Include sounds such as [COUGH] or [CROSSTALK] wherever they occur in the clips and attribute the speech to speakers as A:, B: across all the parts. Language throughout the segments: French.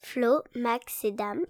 A: Flo, Max et Dams.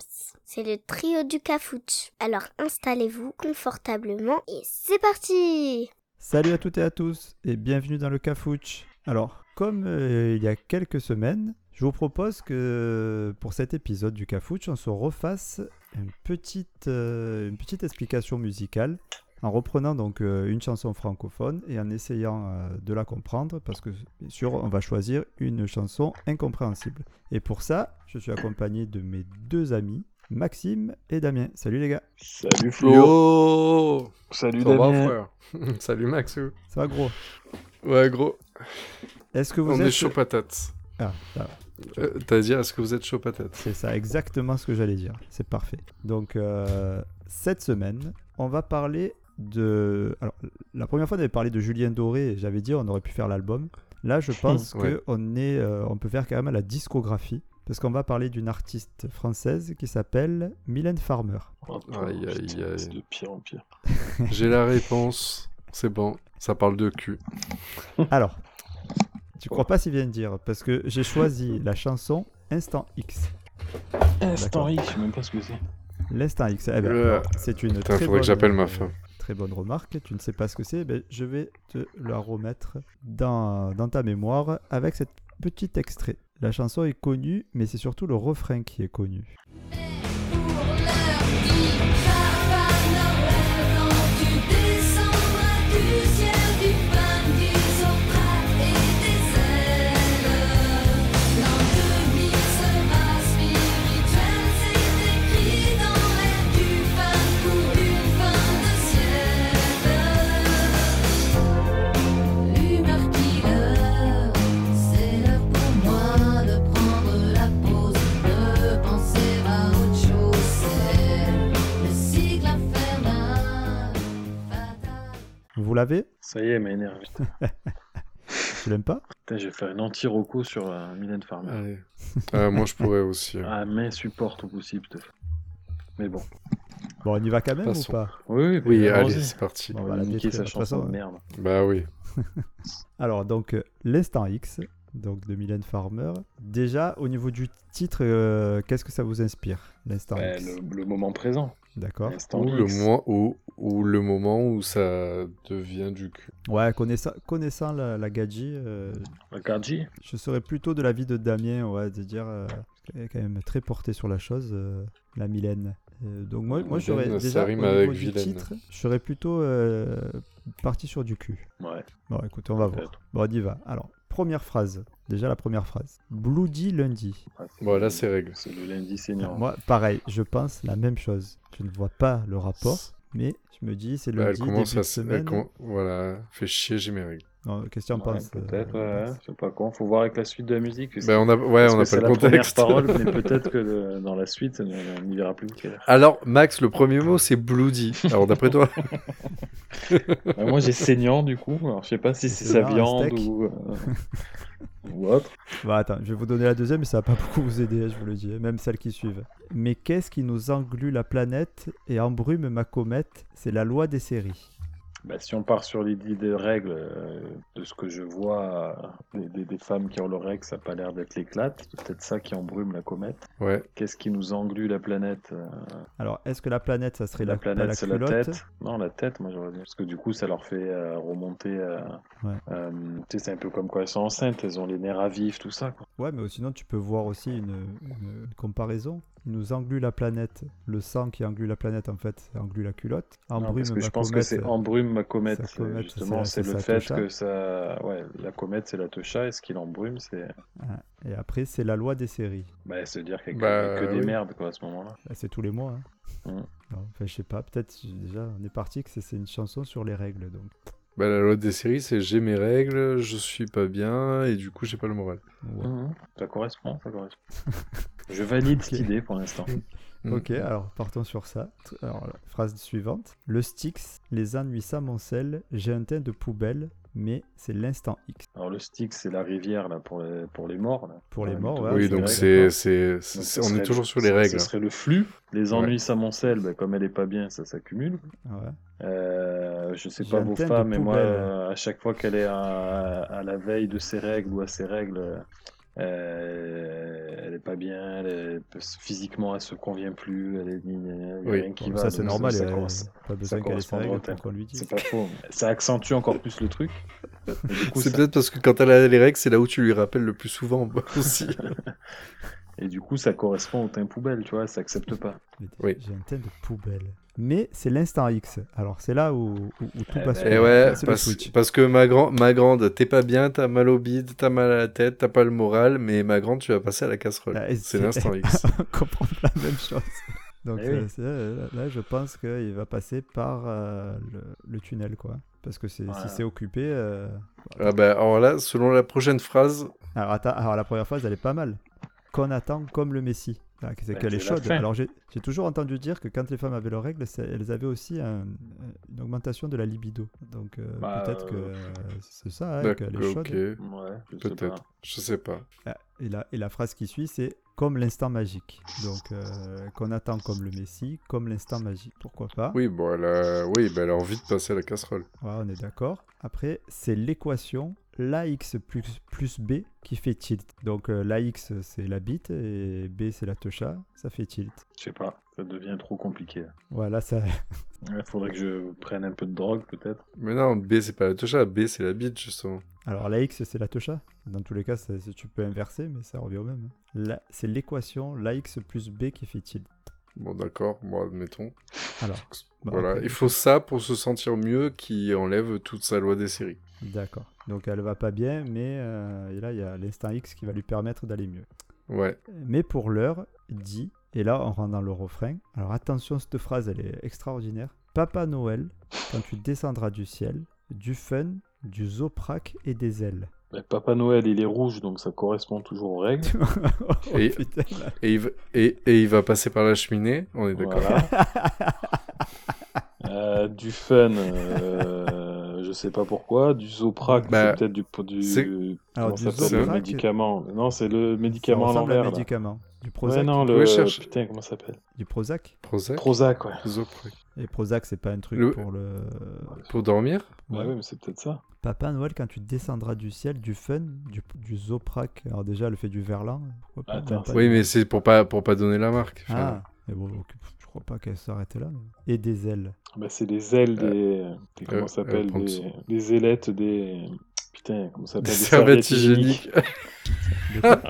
A: C'est le trio du Cafout. Alors installez-vous confortablement et c'est parti
B: Salut à toutes et à tous et bienvenue dans le Cafouche. Alors, comme euh, il y a quelques semaines, je vous propose que pour cet épisode du Cafouche, on se refasse une petite, euh, une petite explication musicale en reprenant donc euh, une chanson francophone et en essayant euh, de la comprendre parce que bien sûr on va choisir une chanson incompréhensible. Et pour ça, je suis accompagné de mes deux amis, Maxime et Damien. Salut les gars,
C: Salut
D: Yo
C: Salut
D: Ça va,
C: Damien
D: frère [LAUGHS] Salut Maxou
B: ça va gros
D: Ouais gros,
B: Est-ce que vous
D: on
B: êtes
D: est chaud patate.
B: Ah, ça va.
D: Euh, T'as à dire, est-ce que vous êtes chaud [LAUGHS] patate
B: C'est ça, exactement ce que j'allais dire. C'est parfait. Donc, euh, cette semaine, on va parler de. Alors, la première fois, on avait parlé de Julien Doré et j'avais dit on aurait pu faire l'album. Là,
D: [LAUGHS]
B: je pense
D: Ouais.
B: qu'on est, euh, on peut faire quand même la discographie. Parce qu'on va parler d'une artiste française qui s'appelle Mylène
D: [LAUGHS]
B: Farmer.
C: Oh,
D: Aïe, aïe,
C: putain,
D: aïe.
C: C'est de pire en pire.
D: J'ai la réponse, c'est bon, ça parle de cul.
B: Alors, tu crois pas si bien dire Parce que j'ai choisi la chanson Instant X.
C: Instant X, Euh, je sais même pas ce que c'est.
B: L'instant X, eh ben,
D: Euh,
B: alors, c'est une
D: putain,
B: très
D: faudrait
B: bonne,
D: que j'appelle ma
B: euh,
D: femme.
B: Très bonne remarque. Tu ne sais pas ce que c'est, ben, je vais te la remettre dans, dans ta mémoire avec cet petit extrait. La chanson est connue, mais c'est surtout le refrain qui est connu.
E: L'humeur qui leurre, c'est l'heure pour moi de prendre la pause, de penser à autre chose. C'est le cycle infernal, fatal.
B: Vous l'avez
C: Ça y est, elle m'a énervé.
B: Tu l'aimes pas
C: Putain, je vais faire une anti-roco sur euh, Mylène Farmer.
D: Allez. Ah, moi je pourrais aussi.
C: Ah, mais supporte au possible, cette fois. Mais bon.
B: Bon, on y va quand même ou
D: Passons.
B: pas
C: Oui,
D: [LAUGHS] Oui, allez, Bah, c'est parti.
B: Bon.
C: On
B: On va la
C: va niquer
B: détruire,
C: sa
B: de toute
C: chanson
B: façon,
C: de
B: ouais.
C: merde.
D: Bah oui.
B: Alors, donc, euh, l'instant X, donc de Mylène Farmer. Déjà, au niveau du titre, euh, qu'est-ce que ça vous inspire, l'instant
D: Bah,
C: Ouais,
B: X
C: le, le moment présent.
B: D'accord.
C: Instant
D: Ou Ben, Ah, oh, le,
C: X.
D: moment où, ou le moment où ça devient du cul.
B: Ouais, connaissant, connaissant la, la gadji, euh,
C: Regarde, J.
B: je serais plutôt de l'avis de Damien, ouais, de dire euh, qu'elle est quand même très portée sur la chose, euh, la Mylène. Euh, donc moi, moi
D: Mylène,
B: j'aurais
D: ça
B: déjà
D: rime
B: au niveau
D: avec
B: du
D: vilaine.
B: titre, je serais plutôt euh, parti sur du cul.
D: Ah,
C: Ouais.
B: Bon, écoutez, on va
D: bah,
B: voir.
C: peut-être.
B: Bon, on y va. Alors, première phrase. Déjà la première phrase. Bloody lundi.
C: Ah,
D: Bon, là c'est réglé.
C: C'est le lundi
B: Alors,
C: saignant.
B: moi, pareil, je pense la même chose. Je ne vois pas le rapport, mais je me dis c'est
D: Bah, elle
B: lundi début
D: commence
B: de
D: à se... elle
B: semaine.
D: com- Voilà, fait chier, j'ai mes règles.
B: Non, question
C: Ouais,
B: pense. euh,
C: Peut-être,
B: on
C: ouais.
B: pense.
C: C'est pas con. Faut voir avec la suite de la musique. parce que-
D: Bah, on a... Ouais,
C: parce
D: on
C: que
D: n'a
C: c'est
D: pas le
C: la première
D: contexte.
C: parole,
D: [LAUGHS]
C: mais peut-être que le- dans la suite, on n'y verra plus qu'elle.
D: Alors, Max, le premier mot c'est bloody. Alors, d'après toi
C: Ouais, Ah, moi j'ai saignant du coup, alors je sais pas si c'est sa
B: Saignant, un
C: viande
B: steak. [LAUGHS]
C: ou, euh, ou autre.
B: Bah, attends, je vais vous donner la deuxième, mais ça va pas [LAUGHS] beaucoup vous aider, je vous le dis, même celles qui suivent. Mais qu'est-ce qui nous englue la planète et embrume ma comète C'est la loi des séries.
C: Bah, si on part sur l'idée des règles, euh, de ce que je vois, euh, des, des- des femmes qui ont leurs règles, ça n'a pas l'air d'être l'éclate. C'est peut-être ça qui embrume la comète.
D: Ouais.
C: Qu'est-ce qui nous englue la planète euh,
B: Alors, est-ce que la planète, ça serait
C: La
B: la, pas
C: planète, c'est la
B: culotte
C: tête. Non, la tête, moi j'aurais dit. Parce que du coup, ça leur fait euh, remonter. euh,
B: Ouais.
C: euh, tu sais, c'est un peu comme quand elles sont enceintes, elles ont les nerfs à vif, tout ça. quoi.
B: Ouais, mais sinon, tu peux voir aussi une, une- une comparaison. Il nous englue la planète. Le sang qui englue la planète, en fait, ça englue la culotte.
C: Non,
B: Embrume
C: parce que
B: ma
C: je pense que
B: comète,
C: c'est
B: euh,
C: embrume ma comète.
B: sa
C: c'est-
B: comète,
C: Justement,
B: c'est
C: c'est
B: la-
C: le
B: c'est sa
C: fait
B: tocha.
C: que ça. Ouais, la comète, c'est la tocha, et ce qui l'embrume, c'est.
B: Et après, c'est la loi des séries.
C: Bah, se dire qu'il n'y a que-
D: Bah,
C: que des
D: oui.
C: merdes, quoi, à ce moment-là.
B: Bah, C'est tous les mois. hein.
C: Mm.
B: Non, enfin, je sais pas, peut-être je- déjà, on est parti que c'est- c'est une chanson sur les règles. Donc,
D: Bah, la loi des séries, c'est j'ai mes règles, je suis pas bien, et du coup, j'ai pas le moral.
B: ouais.
C: Mhm. Ça correspond, ça correspond. Je valide cette
B: Ok.
C: idée pour l'instant.
D: Mm.
B: Ok, alors partons sur ça. Tr- Alors, la phrase suivante. Le Styx, les ennuis s'amoncellent, j'ai un teint de poubelle, mais c'est l'instant X.
C: Alors le stick, c'est la rivière là pour les, pour les morts. Là.
B: Pour les
C: Ouais,
B: morts,
C: mais
B: ouais,
C: tout-
D: oui,
B: c'est
D: donc
B: vrai,
D: c'est,
B: d'accord.
D: c'est,
C: Donc,
D: c'est-
C: ce
D: on
C: serait
D: est toujours
C: le-
D: sur les
C: ce-
D: règles.
C: Ce serait le flux. Les
D: Ouais.
C: ennuis s'amoncellent. bah, comme elle est pas bien, ça s'accumule.
B: Ouais.
C: Euh, je sais
B: J'ai
C: pas
B: un
C: vos
B: teint de
C: femmes, mais moi,
B: poubelle.
C: euh, à chaque fois qu'elle est à, à la veille de ses règles ou à ses règles, euh, elle est pas bien, elle est- physiquement elle se convient plus, elle est il y a
D: Oui.
C: rien qui
B: Bon,
C: va,
B: ça c'est
C: donc
B: normal,
C: ça
B: il y a
C: commence-
B: pas besoin qu'elle ait ses
C: correspond
B: règles
C: au thème.
B: pour qu'on lui dise.
C: C'est pas faux. mais Ça accentue encore plus le truc. Et du coup,
D: C'est
C: ça-
D: peut-être parce que quand elle a les règles, c'est là où tu lui rappelles le plus souvent [LAUGHS] aussi.
C: Et du coup, ça correspond au teint poubelle, tu vois, ça accepte pas.
B: Mais
D: Oui.
B: J'ai un thème de poubelle. Mais c'est l'instant X. Alors c'est là où, où- où tout
C: Eh
B: passe.
C: ben,
D: Et
B: au-
D: ouais,
B: c'est le
D: parce,
B: switch. Ah,
D: parce que ma, grand- ma grande, t'es pas bien, t'as mal au bide, t'as mal à la tête, t'as pas le moral, mais ma grande, tu vas passer à la casserole.
B: Ah, et
D: c'est l'instant X.
B: [LAUGHS] On comprend la même chose. Donc
C: Eh
B: ça-
C: oui.
B: ça, là, là, je pense qu'il va passer par euh, le, le tunnel, quoi. Parce que c'est-
C: Voilà.
B: si c'est occupé... euh,
D: Ah bah, alors là, selon la prochaine phrase,
B: Alors, atta- alors, la première phrase, elle est pas mal. Qu'on attend comme le Messie. Ah, c'est
C: Bah,
B: qu'elle est
C: c'est la
B: chaude.
C: fin.
B: Alors j'ai j'ai toujours entendu dire que quand les femmes avaient leurs règles, c'est- elles avaient aussi un- une augmentation de la libido. Donc euh,
C: Bah,
B: peut-être que
C: euh,
B: euh, c'est ça, hein,
D: d'accord,
B: qu'elle est chaude.
D: bah, ok,
C: Ouais, je sais pas.
D: peut-être, je sais pas.
B: Ah, Et la, et la phrase qui suit, c'est comme l'instant magique. Donc euh, qu'on attend comme le Messie, comme l'instant magique. Pourquoi pas
D: Oui, bon, elle a, oui, bah, elle a envie de passer à la casserole.
B: Ouais, on est d'accord. Après, c'est l'équation l'AX plus, plus B qui fait tilt. Donc euh, l'AX, c'est la bite et B, c'est la techa. Ça fait tilt.
C: Je sais pas, ça devient trop compliqué.
B: Voilà, ça. [LAUGHS]
C: Il faudrait que je prenne un peu de drogue, peut-être.
D: Mais non, B, c'est pas la tocha, B, c'est la bite, justement.
B: Alors la X, c'est la techa. Dans tous les cas, ça- ça- tu peux inverser, mais ça revient au même. hein. La- C'est l'équation l'AX plus B qui fait tilt.
D: Bon, d'accord, moi, admettons.
B: Alors, bon,
D: voilà,
B: Bah, après,
D: il faut ça pour se sentir mieux qui enlève toute sa loi des séries.
B: D'accord. Donc elle va pas bien, mais euh, et là, il y a l'instant X qui va lui permettre d'aller mieux.
D: Ouais,
B: Mais pour l'heure, dit, et là on rentre dans le refrain. Alors attention, cette phrase elle est extraordinaire. Papa Noël, quand tu descendras du ciel, du fun, du zoprac et des ailes. [LAUGHS]
C: Mais Papa Noël, il est rouge, donc ça correspond toujours aux règles.
B: oh,
D: Et-
B: putain, là.
D: et il, va, et, et il va passer par la cheminée, on est d'accord.
C: [LAUGHS] Euh, du fun, euh, je sais pas pourquoi. Du Zoprac,
D: Bah,
C: c'est peut-être du. du
D: c'est-
B: Alors,
C: comment
B: du
C: ça s'appelle, le
D: Zoprac,
C: médicament. Non, c'est le
B: Ça
C: médicament à
B: ressemble à un
C: l'envers. là.
B: médicament. Du Prozac.
C: Ouais, non, le.
D: pouvez chercher.
C: Putain, comment ça s'appelle
B: Du Prozac.
D: Prozac
C: Prozac, ouais.
D: Zoprac.
B: Et Prozac, c'est pas un truc
D: Le-
B: pour le.
D: Pour dormir
C: Ouais,
B: Ouais.
C: ouais, mais c'est peut-être ça.
B: Papa Noël, quand tu descendras du ciel, du fun, du, du zoprac. Alors déjà, elle fait du verlan. pourquoi pas,
C: Attends,
B: même pas
D: Oui,
B: du-
D: mais c'est pour pas, pour pas donner la marque. Enfin,
B: Ah, mais bon, ok, je crois pas qu'elle s'arrêtait là. mais- Et des
D: [LAUGHS]
B: ailes.
C: Bah, c'est les ailes des. des-
D: euh,
C: comment ça s'appelle
D: euh,
C: des, des ailettes des. Putain, comment ça s'appelle
D: des serviettes hygiéniques.
B: De quoi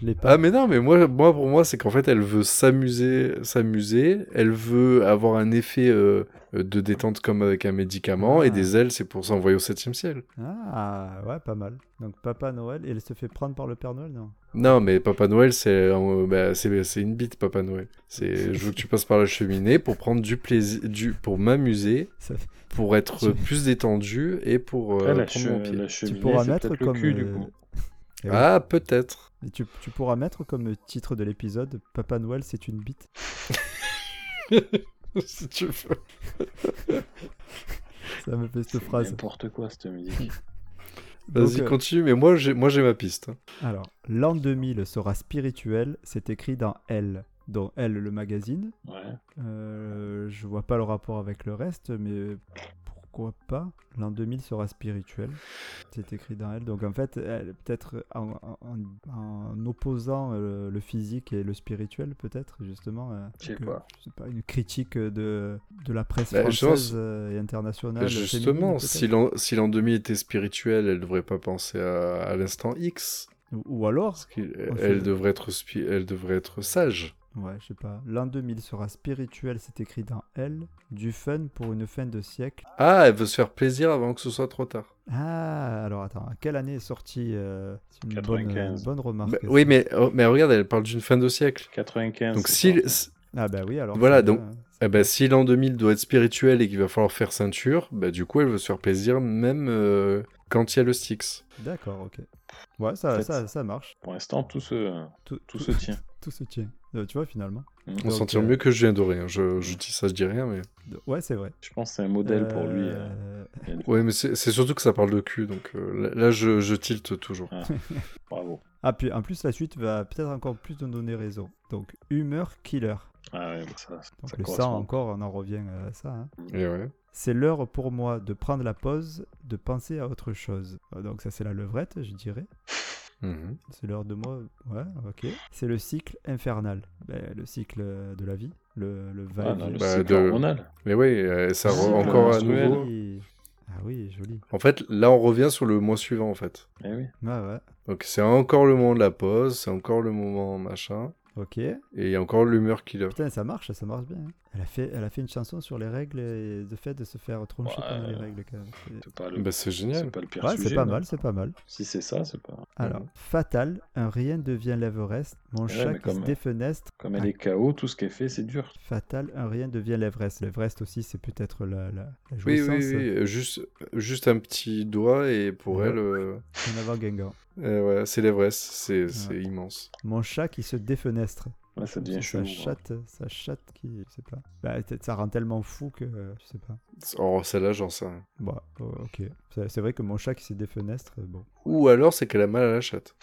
B: Je l'ai pas.
D: Ah mais non, mais moi, moi pour moi, c'est qu'en fait, elle veut s'amuser, s'amuser. Elle veut avoir un effet euh, de détente comme avec un médicament.
B: Ah.
D: Et des ailes, c'est pour s'envoyer au septième ciel.
B: Ah, ouais, pas mal. Donc Papa Noël, et elle se fait prendre par le Père Noël, non
D: Non, mais Papa Noël, c'est euh, bah, c'est c'est une bite, Papa Noël. [LAUGHS] C'est je veux que tu passes par la cheminée pour prendre du plaisir, du pour m'amuser,
B: Ça-
D: pour être
B: Tu-
D: plus détendu et pour euh,
C: Ah, la,
D: prendre mon
C: che-
D: pied.
C: la cheminée,
B: Tu pourras
C: c'est
B: mettre
C: peut-être
B: comme.
C: le cul, du
B: euh,
C: coup.
B: eh oui.
D: Ah peut-être.
B: Et tu, tu pourras mettre comme titre de l'épisode Papa Noël, c'est une bite.
D: [LAUGHS] si tu veux.
B: Ça me fait cette
C: C'est
B: phrase.
C: N'importe quoi, cette musique.
B: Donc,
D: Vas-y,
B: euh,
D: continue. Mais moi, j'ai moi j'ai ma piste. hein.
B: Alors, l'an 2000 sera spirituel, c'est écrit dans Elle. Dans Elle, le magazine.
C: Ouais.
B: Euh, je vois pas le rapport avec le reste, mais pourquoi pas L'an 2000 sera spirituel. C'est écrit dans elle. Donc en fait, elle- peut-être en, en- en opposant euh, le physique et le spirituel, peut-être, justement. euh,
C: Je sais
B: que-
C: pas.
B: je sais pas, Une critique de, de la presse
D: Bah, je pense-
B: française euh, et internationale. féminine,
D: Justement,
B: peut-être.
D: si l'an si l'an demi était spirituel, elle devrait pas penser à, à l'instant X.
B: Ou- Ou alors,
D: Parce qu'elle
B: Ouais, Oh, c'est-
D: elle devrait être spi- elle devrait être sage.
B: Ouais, je sais pas. L'an 2000 sera spirituel, c'est écrit dans elle. Du fun pour une fin de siècle.
D: Ah, elle veut se faire plaisir avant que ce soit trop tard.
B: Ah, alors attends, quelle année est sortie euh, C'est une bonne,
C: 95.
B: bonne remarque.
D: Bah,
B: ça.
D: oui, mais oh, mais regarde, elle parle d'une fin de siècle.
C: 95.
D: Donc
C: c'est
D: si
C: ça.
D: si-
B: Ah bah oui, alors.
D: Voilà,
B: c'est
D: donc-
B: bien.
D: eh ben, si l'an 2000 doit être spirituel et qu'il va falloir faire ceinture, bah du coup elle veut se faire plaisir même euh, quand il y a le Styx.
B: D'accord, ok. Ouais, ça,
C: Peut-être.
B: ça, ça marche.
C: Pour l'instant, tout se,
B: Tout,
C: tout se tient.
B: tout se tient. Euh, tu vois, finalement.
C: Mm.
D: On
B: Donc,
D: s'en tire
B: euh,
D: mieux que je viens de rien. Je, je dis ça, je dis rien, mais.
B: de- Ouais, c'est vrai.
C: Je pense que c'est un modèle pour lui. euh.
B: Euh,
D: Ouais, mais c'est c'est surtout que ça parle de cul, donc euh, là là, je, je tilte toujours.
C: Bravo.
B: Ah, puis en plus, la suite va peut-être encore plus nous donner raison. Donc, humeur killer.
C: Ah ouais, bah ça,
B: Donc,
C: ça
B: le
C: correspond.
B: sang, encore, on en revient à ça. hein.
C: Ah
D: Et ouais.
B: C'est l'heure pour moi de prendre la pause, de penser à autre chose. Euh, Donc, ça, c'est la levrette, je dirais.
D: Mhm.
B: C'est l'heure de moi. Ouais, ok. C'est le cycle infernal. Ben, le cycle euh, de la vie. Le, le
C: Ah,
B: va-et-vient.
C: non, le
D: Bah,
C: cycle
D: de-
C: hormonal.
D: Mais oui, euh, ça re-
C: Ah, C'est
D: encore à
C: menstruel.
D: nouveau.
B: Oui. Ah oui, joli.
D: En fait, là, on revient sur le mois suivant, en fait.
C: Eh oui.
B: Ah ouais.
D: Donc, c'est encore le moment de la pause, c'est encore le moment machin,
B: Ok.
D: et il y a encore l'humeur qui l'a.
B: Putain, ça marche, ça marche bien. hein. Elle a fait, elle a fait une chanson sur les règles et le fait de se faire troncher
C: Ouais.
B: pendant les règles quand même. C'est-
C: C'est pas le,
D: Bah, c'est
C: c'est
D: génial.
C: pas le pire
B: Ouais,
C: sujet.
B: c'est pas
C: non.
B: mal, c'est pas mal.
C: Si c'est ça, c'est pas.
B: Alors,
D: Mhm.
B: fatal, un rien devient l'Everest, mon
C: Ouais,
B: chat
C: mais
B: qui se
C: comme-
B: défenestre.
C: Comme elle est KO, tout ce qu'elle fait, c'est dur.
B: Fatal, un rien devient l'Everest. L'Everest aussi, c'est peut-être la, la, la
D: Oui,
B: jouissance
D: oui, oui. euh, Juste, juste un petit doigt, et pour
B: Ouais.
D: elle, euh,
B: en avant Guingamp.
D: euh, ouais, c'est l'Everest, c'est c'est immense.
B: Mon chat qui se défenestre.
C: Là, ça devient
B: C'est
C: chelou.
B: sa
C: hein.
B: chatte, sa chatte qui, je sais pas. Bah, peut-être ça rend tellement fou que, euh, je sais pas.
D: Oh, celle-là, j'en sais rien.
B: Bon, euh, ok. C'est c'est vrai que mon chat qui se défenestre, euh, bon.
D: Ou alors, c'est qu'elle a mal à la chatte.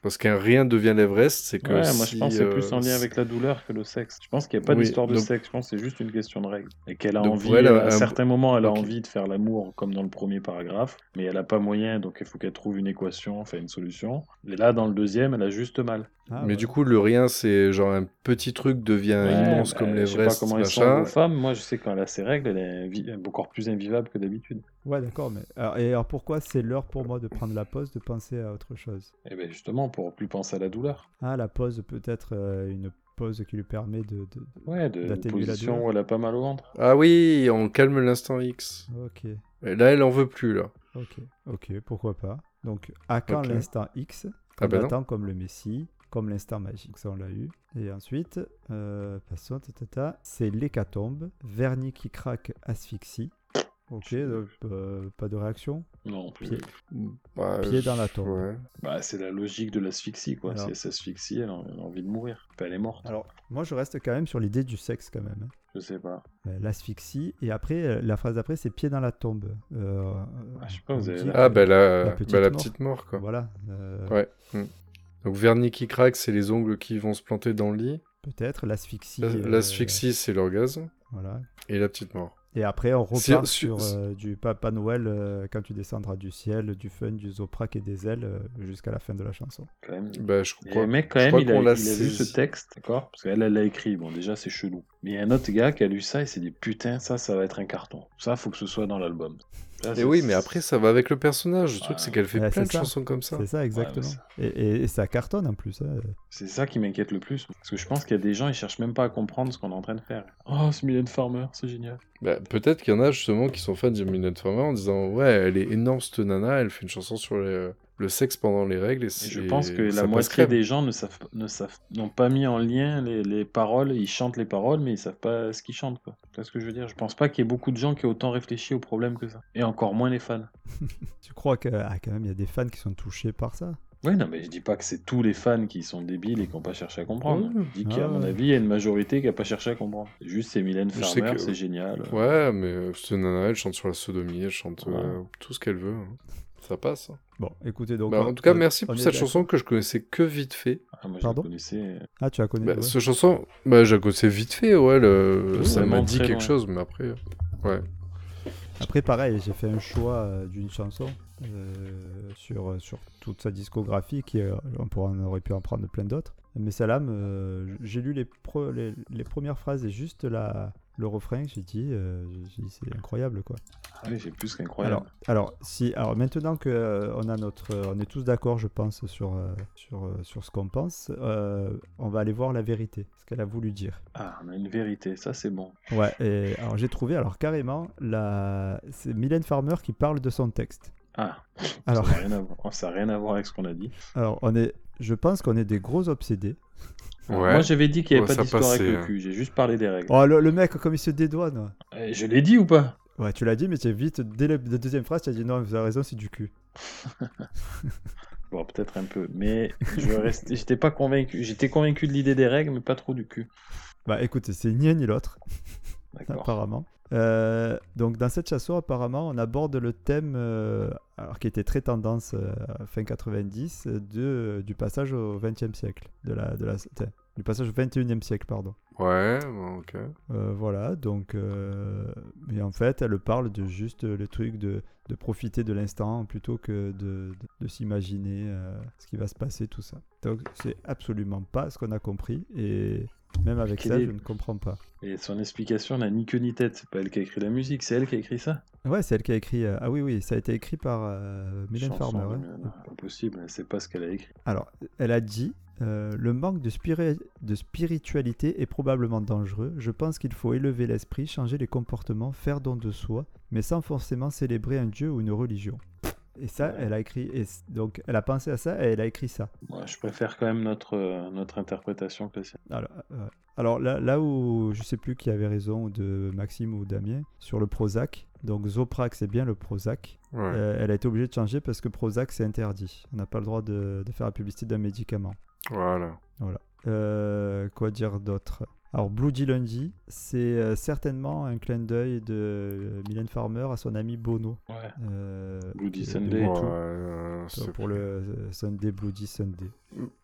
D: Parce qu'un rien devient l'Everest, c'est que.
C: Ouais, moi je
D: si,
C: pense que c'est plus en
D: euh,
C: lien avec la douleur que le sexe. Je pense qu'il n'y a pas
D: Oui,
C: d'histoire de
D: donc-
C: sexe, je pense que c'est juste une question de règles. Et qu'elle a
D: Donc,
C: envie,
D: pour elle,
C: euh, à
D: un-
C: certains moments, elle a
D: Ok.
C: envie de faire l'amour comme dans le premier paragraphe, mais elle n'a pas moyen, donc il faut qu'elle trouve une équation, enfin une solution. Et là, dans le deuxième, elle a juste mal.
B: Ah,
D: Mais
B: ouais.
D: du coup, le rien, c'est genre un petit truc devient
C: Ouais,
D: Euh, immense
C: bah,
D: comme
C: Je sais pas
D: l'Everest,
C: comment elles sont
D: machin.
C: aux femmes, moi je sais quand elle a ses règles, elle est invi- encore plus invivable que d'habitude.
B: Ouais, d'accord, mais. Alors, et alors pourquoi c'est l'heure pour moi de prendre la pause, de penser à autre chose
C: Et bien Eh ben, justement, pour plus penser à la douleur.
B: Ah, la pause, peut-être euh, une pause qui lui permet de. de- de-
C: Ouais, de
B: D'atténuer la
C: position
B: douleur.
C: où elle a pas mal au ventre.
D: Ah oui, on calme l'instant X.
B: Ok,
D: Et là, elle en veut plus, là.
B: ok, ok, pourquoi pas. Donc, à quand
D: Ok.
B: l'instant X
D: Ah
B: On
D: bah non.
B: l'attend comme le Messie, comme l'instant magique, ça on l'a eu. Et ensuite, euh, passons, ta, ta, ta. c'est l'hécatombe, vernis qui craque, asphyxie. Ok, donc euh, pas de réaction.
C: Non, plus.
B: Pied.
D: Bah,
B: Pied dans la
D: je-
B: tombe.
D: ouais.
C: Bah, c'est la logique de l'asphyxie, quoi.
B: Alors.
C: Si elle s'asphyxie, elle a elle a envie de mourir. Puis elle est morte,
B: Alors, moi je reste quand même sur l'idée du sexe quand même. hein.
C: je sais pas.
B: Euh, L'asphyxie, et après, euh, la phrase d'après, c'est pied dans la tombe. Euh,
C: je sais pas, vous
B: on
C: avez
B: dit
C: la-
B: que-
D: Ah, bah la, bah, la petite,
B: petite
D: mort.
B: mort.
D: quoi.
B: Voilà, euh,
D: Ouais. Donc, vernis qui craque, c'est les ongles qui vont se planter dans le lit.
B: peut-être l'asphyxie.
D: La-
B: euh,
D: L'asphyxie, c'est l'orgasme.
B: voilà. Et...
D: Et la petite mort.
B: après, on
D: Si-
B: repart
D: si-
B: sur euh, du Papa Noël euh, quand tu descendras du ciel, du fun, du Zoprac et des ailes euh, jusqu'à la fin de la chanson.
C: Quand même.
D: Bah, je
C: Et
D: crois.
C: le mec, quand
D: je
C: même,
D: crois
C: il a,
D: qu'on
C: il a
D: l'a
C: lu
D: saisi.
C: ce texte, d'accord Parce qu'elle, elle l'a écrit. Bon, déjà, c'est chelou. Mais il y a un autre gars qui a lu ça et s'est dit Putain, ça, ça va être un carton. Ça, faut que ce soit dans l'album. Ça,
D: Et
C: c'est-
D: oui, mais après, ça va avec le personnage. Le truc, c'est qu'elle fait
B: Ouais,
D: plein
B: c'est
D: de
B: ça.
D: chansons comme ça.
B: C'est ça, exactement.
C: ça-
B: Et, et- et ça cartonne en plus. hein.
C: C'est ça qui m'inquiète le plus. Parce que je pense qu'il y a des gens, ils cherchent même pas à comprendre ce qu'on est en train de faire. Oh, c'est Mylène Farmer, c'est génial.
D: Bah, Peut-être qu'il y en a justement qui sont fans de Minute Farmer en disant Ouais, elle est énorme cette nana, elle fait une chanson sur le, le sexe pendant les règles. Et,
C: Et
D: c'est-
C: je pense que
D: ça
C: la
D: passe
C: moitié
D: crème.
C: des gens ne savent, ne savent, n'ont pas mis en lien les, les paroles. Ils chantent les paroles, mais ils savent pas ce qu'ils chantent, quoi. Tu vois ce que je veux dire Je pense pas qu'il y ait beaucoup de gens qui aient autant réfléchi au problème que ça. Et encore moins les fans.
B: Tu crois que ah, quand même il y a des fans qui sont touchés par ça
C: Oui, non, mais je dis pas que c'est tous les fans qui sont débiles et qui n'ont pas cherché à comprendre.
D: Ouais.
C: Je dis qu'à
B: Ah
C: mon
B: ouais.
C: avis, il y a une majorité qui n'a pas cherché à comprendre. Juste, c'est Mylène
D: Je sais
C: Farmer,
D: que-
C: c'est génial.
D: Ouais, mais euh, cette nana, elle chante sur la sodomie, elle chante euh, tout ce qu'elle veut. hein. Ça passe. hein.
B: Bon, écoutez donc.
D: Bah,
B: on-
D: en tout cas,
B: on-
D: merci
B: on
D: pour
B: est
D: cette
B: d'accord.
D: chanson que je connaissais que vite fait.
C: Ah, moi, je la
B: Pardon
C: connaissais.
B: Ah, tu la connais
D: Bah,
B: ouais.
D: Cette chanson, bah, je la connaissais vite fait, ouais. le-
C: Oui,
D: Ça m'a
C: vraiment
D: dit
C: très
D: quelque
C: loin.
D: chose, mais après. euh, Ouais.
B: Après, pareil, j'ai fait un choix euh, d'une chanson euh, sur, sur toute sa discographie, qui euh, on, pourra- on aurait pu en prendre plein d'autres. Mais celle-là, me- euh, j'ai lu les, pre- les, les premières phrases et juste la, le refrain, j'ai dit, euh, j'ai dit, c'est incroyable quoi.
C: Ah oui, c'est plus qu'incroyable.
B: Alors, alors, si, alors maintenant que euh, on a notre, euh, on est tous d'accord, je pense sur euh, sur, euh, sur ce qu'on pense, euh, on va aller voir la vérité, ce qu'elle a voulu dire.
C: Ah, on a une vérité, ça c'est bon.
B: Ouais. Et alors j'ai trouvé, alors carrément, la, c'est Mylène Farmer qui parle de son texte.
C: Ah,
B: Alors,
C: ça n'a rien, à voir- ça a rien à voir avec ce qu'on a dit.
B: alors on est, je pense qu'on est des gros obsédés.
C: Alors,
D: Ouais.
C: Moi, j'avais dit qu'il n'y
D: Ouais,
C: avait
D: ça
C: pas d'histoire avec
D: passait, hein.
C: le cul, j'ai juste parlé des règles.
B: Oh le, le mec comme il se dédouane.
C: Eh, Je l'ai dit ou pas
B: Ouais, tu l'as dit, mais tu as vite dès la, la deuxième phrase, tu as dit non, vous avez raison, c'est du cul.
C: Bon, peut-être un peu, mais je restais- j'étais pas convaincu. J'étais convaincu de l'idée des règles, mais pas trop du cul.
B: Bah écoute, c'est ni un ni l'autre.
C: D'accord.
B: apparemment. Euh, donc dans cette chanson, apparemment, on aborde le thème euh, alors, qui était très tendance euh, fin 90 de, du passage au 20e siècle, de la, de la, tiens, du passage au 21e siècle, pardon.
D: Ouais, bon, ok.
B: Euh, voilà, donc. euh, Mais en fait, elle parle de juste le truc de, de profiter de l'instant plutôt que de, de, de s'imaginer euh, ce qui va se passer, tout ça. Donc, c'est absolument pas ce qu'on a compris. Et même avec
C: Quel
B: ça,
C: est-
B: je ne comprends pas.
C: Et son explication n'a ni queue ni tête. C'est pas elle qui a écrit la musique, c'est elle qui a écrit ça.
B: Ouais, c'est elle qui a écrit. euh, Ah oui, oui, ça a été écrit par euh, Mylène
C: Chanson
B: Farmer.
C: de
B: ouais.
C: Mylène. Impossible, c'est pas ce qu'elle a écrit.
B: Alors, elle a dit euh, Le manque de, spiri- de spiritualité est probablement dangereux. Je pense qu'il faut élever l'esprit, changer les comportements, faire don de soi, mais sans forcément célébrer un dieu ou une religion. Et ça, elle a écrit. Et c- donc, elle a pensé à ça et elle a écrit ça.
C: Moi, je préfère quand même notre, euh, notre interprétation que la sienne.
B: Alors, euh, alors là, là où je sais plus qui avait raison, de Maxime ou Damien, sur le Prozac. Donc, Zoprac, c'est bien le Prozac.
D: Ouais.
B: Euh, elle a été obligée de changer parce que Prozac, c'est interdit. On n'a pas le droit de, de faire la publicité d'un médicament.
D: Voilà.
B: Euh, quoi dire d'autre Alors, Bloody Lundi, c'est euh, certainement un clin d'œil de euh, Mylène Farmer à son ami Bono.
C: Ouais.
B: Euh,
C: Bloody
B: qui- de
C: Sunday. Et
D: Ouais,
B: Motu,
D: euh, c'est-
B: Pour le euh, Sunday Bloody Sunday.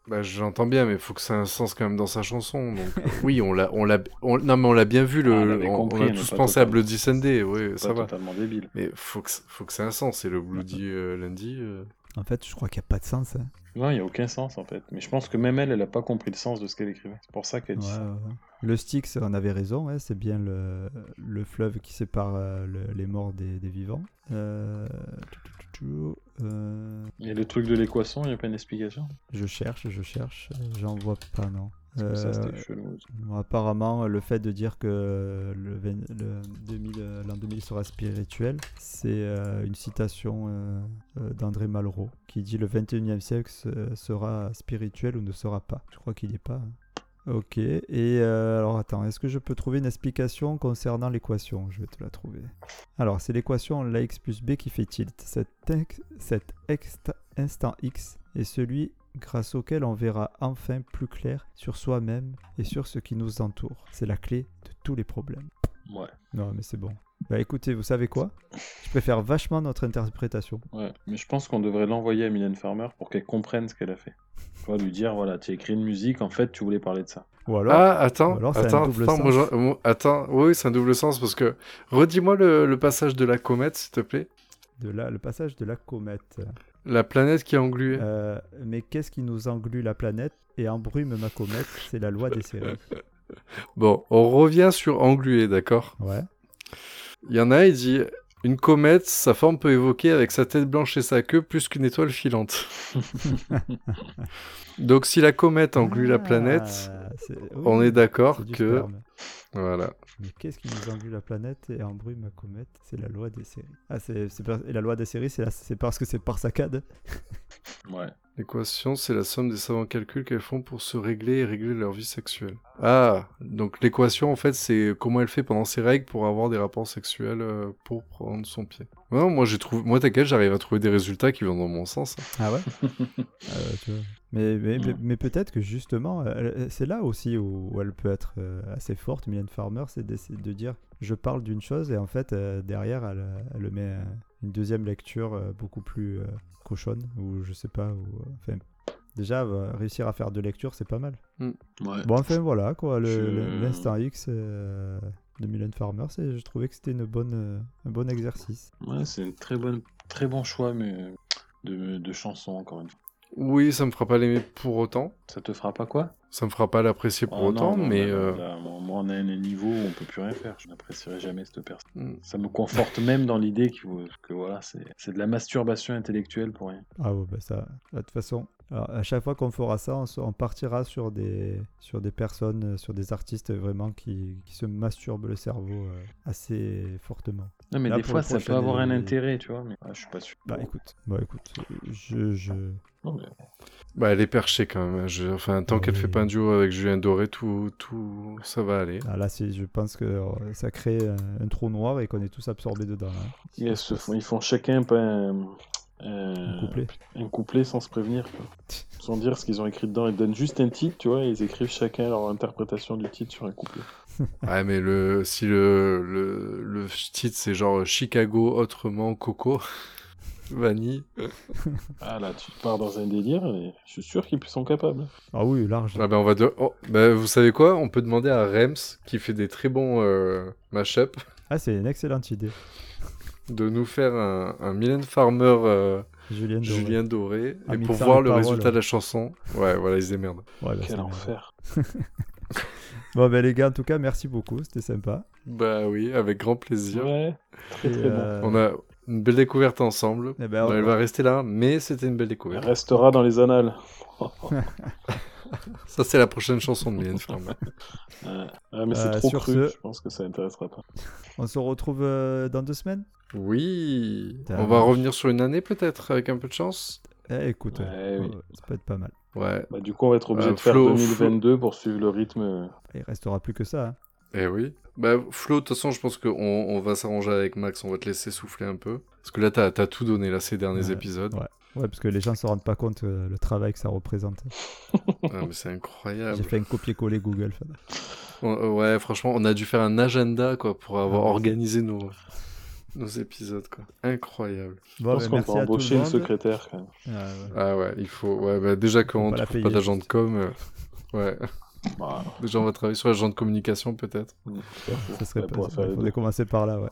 D: Bah, j'entends bien, mais il faut que ça ait un sens quand même dans sa chanson. Donc, euh, oui, on l'a, on l'a, on- non mais on l'a bien vu. Le,
C: Ah, on l'avait
D: on,
C: compris,
D: on a
C: mais
D: tous
C: pas
D: pensé à
C: totalement.
D: Bloody Sunday. Oui,
C: C'est
D: ça
C: pas
D: va.
C: totalement débile.
D: Mais faut que, faut que ça ait un sens. Et le Bloody euh, lundi. euh,
B: En fait, je crois qu'il n'y a pas de sens. hein.
C: Non, il n'y a aucun sens en fait. Mais je pense que même elle, elle n'a pas compris le sens de ce qu'elle écrivait. C'est pour ça qu'elle dit
B: Ouais,
C: ça.
B: ouais, ouais. Le Styx, on avait raison, ouais, c'est bien le, le fleuve qui sépare euh, le- les morts des, des vivants. Euh, tu, tu, tu, tu, euh,
C: Et le truc de l'équation, il n'y a pas une explication
B: Je cherche, je cherche, euh, j'en vois pas, non.
C: Parce que ça,
B: Euh,
C: c'était chelou.
B: bon, apparemment, le fait de dire que le vingt- le 2000, euh, l'an 2000 sera spirituel, c'est euh, une citation euh, euh, d'André Malraux qui dit le 21e siècle se- sera spirituel ou ne sera pas. Je crois qu'il n'y est pas. hein. Ok, et euh, alors attends, est-ce que je peux trouver une explication concernant l'équation Je vais te la trouver. Alors, c'est l'équation lax plus b qui fait tilt. Cet, ex- cet exta- instant x est celui grâce auquel on verra enfin plus clair sur soi-même et sur ce qui nous entoure. C'est la clé de tous les problèmes.
C: Ouais.
B: Non, mais c'est bon. Bah écoutez, vous savez quoi Je préfère vachement notre interprétation.
C: Ouais, mais je pense qu'on devrait l'envoyer à Mylène Farmer pour qu'elle comprenne ce qu'elle a fait. Tu vois, lui dire, voilà, tu as écrit une musique, en fait, tu voulais parler de ça.
B: Ou alors,
D: Ah, attends,
B: ou alors c'est un
D: attends,
B: double
D: attends, moi,
B: sens.
D: j'en- moi, attends. Oui, c'est un double sens parce que redis-moi le, le passage de la comète, s'il te plaît.
B: de là, le passage de la comète.
D: La planète qui a englué.
B: Euh, mais qu'est-ce qui nous englue la planète et embrume ma comète C'est la loi des
D: [LAUGHS]
B: séries.
D: Bon, on revient sur englué, d'accord
B: Ouais.
D: Il y en a, il dit Une comète, sa forme peut évoquer avec sa tête blanche et sa queue plus qu'une
C: [LAUGHS]
D: étoile filante. Donc, si la comète englue la planète,
B: Ah, c'est- oui,
D: on est d'accord
B: c'est du
D: que.
B: sperme.
D: Voilà.
B: Mais qu'est-ce qui nous englue la planète et embrume ma comète C'est la loi des séries. Ah, c'est, c'est par- et la loi des séries, c'est, la- c'est parce que c'est par saccade
C: Ouais.
D: L'équation, c'est la somme des savants calculs qu'elles font pour se régler et régler leur vie sexuelle. Ah, donc l'équation, en fait, c'est comment elle fait pendant ses règles pour avoir des rapports sexuels euh, pour prendre son pied. Non, moi, j'ai trouvé... moi t'inquiète, j'arrive à trouver des résultats qui vont dans mon sens. hein.
B: Ah ouais Euh, tu vois. Mais, mais, mais-
C: Mm.
B: mais peut-être que justement, euh, elle- c'est là aussi où, où elle peut être euh, assez forte, Mylène Farmer, c'est d'essayer de dire je parle d'une chose et en fait, euh, derrière, elle, euh, elle met euh, une deuxième lecture euh, beaucoup plus euh, cochonne, ou je sais pas, ou. euh, enfin, Déjà, euh, réussir à faire deux lectures, c'est pas mal.
C: Ouais.
B: Bon, enfin voilà quoi, le-
C: Je-
B: le- l'instant X euh, de Mylène Farmer, c'est- je trouvais que c'était une bonne, euh, un bon exercice.
C: Ouais, c'est un très bon, très bon choix mais de, de chanson, encore une fois.
D: Oui, ça me fera pas l'aimer pour autant.
C: Ça te fera pas quoi
D: Ça me fera pas l'apprécier pour
C: Oh non,
D: autant,
C: non,
D: mais...
C: là,
D: euh,
C: là, moi, moi, on a un niveau où on peut plus rien faire. Je n'apprécierai jamais cette personne.
D: hmm.
C: Ça me conforte même dans l'idée que, que voilà, c'est c'est de la masturbation intellectuelle pour rien.
B: Ah ouais, bah ça, de toute façon, alors, à chaque fois qu'on fera ça, on, se- on partira sur des, sur des personnes, euh, sur des artistes vraiment qui, qui se masturbent le cerveau euh, assez fortement.
C: Non, mais
B: Là,
C: des
B: pour
C: fois,
B: le
C: ça peut
B: prochain,
C: avoir un
B: euh,
C: intérêt, tu vois, mais ah, je suis pas sûr.
B: Bah écoute, bah écoute, je, je...
C: Non, mais-
D: Bah, elle est perchée quand même. Je- Enfin, tant
B: Ah
D: qu'elle
B: oui.
D: fait pas un duo avec Julien Doré, tout, tout, ça va aller.
B: Ah, là, c'est- je pense que euh, ça crée un, un trou noir et qu'on est tous absorbés dedans. hein.
C: Ils, se font, ils font chacun pas un, un-
B: Un couplet.
C: un couplet sans se prévenir. quoi. Sans dire ce qu'ils ont écrit dedans. Ils donnent juste un titre, tu vois, et ils écrivent chacun leur interprétation du titre sur un couplet.
D: Ah, mais le, si le, le, le titre c'est genre Chicago autrement Coco, [LAUGHS] vanille.
C: Ah là, tu pars dans un délire et je suis sûr qu'ils sont capables.
B: Ah oui, large.
D: Ah ben on va de... oh, ben vous savez quoi On peut demander à Rems, qui fait des très bons euh, mashups,
B: Ah, c'est une excellente idée.
D: de nous faire un, un Mylène Farmer euh,
B: Julien Doré. Ah,
D: Julien Doré,
B: Un
D: et pour
B: mixeur
D: voir
B: de
D: le
B: paroles.
D: résultat de la chanson. Ouais, voilà, ils démerdent.
B: Ouais, bah, c'est
C: Quel
B: bien.
C: enfer.
B: Bon, ben les gars, en tout cas, merci beaucoup. C'était sympa.
D: Bah oui, avec grand plaisir.
C: Ouais, très
B: Et,
C: très bon.
B: euh,
D: On a une belle découverte ensemble.
B: eh ben, on-
D: Bah, Elle va rester là, mais c'était une belle
C: Elle
D: découverte.
C: restera dans les annales. [LAUGHS]
D: Ça, c'est la prochaine chanson de Mylène
B: [LAUGHS]
D: Farmer.
C: Ouais. Ah, mais c'est
B: Euh,
C: trop
B: sur
C: cru,
B: ce-
C: je pense que ça intéressera pas.
B: on se retrouve euh, dans deux semaines
D: Oui,
B: Putain.
D: on va revenir sur une année peut-être, avec un peu de chance.
B: Eh, écoute,
C: Ouais,
B: euh,
C: oui.
B: euh, ça peut être pas mal.
D: Ouais,
C: Bah, du coup, on va être obligé
D: Euh,
C: de faire
D: Flo,
C: 2022 pour suivre le rythme. euh,
B: Il restera plus que ça. hein.
D: eh oui. Bah Flo, de toute façon, je pense qu'on on va s'arranger avec Max, on va te laisser souffler un peu. Parce que là, t'as as tout donné, là, ces derniers
B: Ouais.
D: épisodes.
B: Ouais, parce que les gens ne se rendent pas compte euh, le travail que ça représente.
D: Ah, mais c'est
B: J'ai
D: incroyable.
B: fait un copier-coller Google. ça.
D: On- euh, ouais, franchement, on a dû faire un agenda, quoi, pour avoir
B: Ah, ouais.
D: organisé nos, nos épisodes, quoi. Incroyable.
C: Je
B: Bon, ben,
C: pense qu'on peut
B: merci à tout
C: embaucher
B: le
C: une
B: monde.
C: secrétaire. quand même.
B: Ah, ouais.
D: Ah ouais, il faut... Ouais, bah déjà,
B: Faut
D: quand on
B: pas la
D: trouve pas
B: payer,
D: d'agent de com... euh, Ouais, [LAUGHS]
C: Bah,
D: déjà, on va travailler sur l'agent de communication, peut-être.
B: Ça serait
C: Ouais,
B: pas...
C: pour faire les
B: faudrait
C: deux.
B: commencer par là, ouais.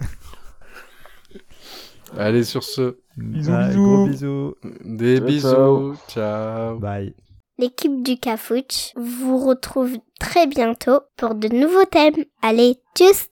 D: Allez, sur ce,
C: Bisous,
B: Ah,
C: bisous.
B: Gros bisous.
D: des
C: Ciao,
D: bisous,
C: ciao.
D: ciao.
B: Bye.
A: L'équipe du Cafouche vous retrouve très bientôt pour de nouveaux thèmes. Allez, tchuss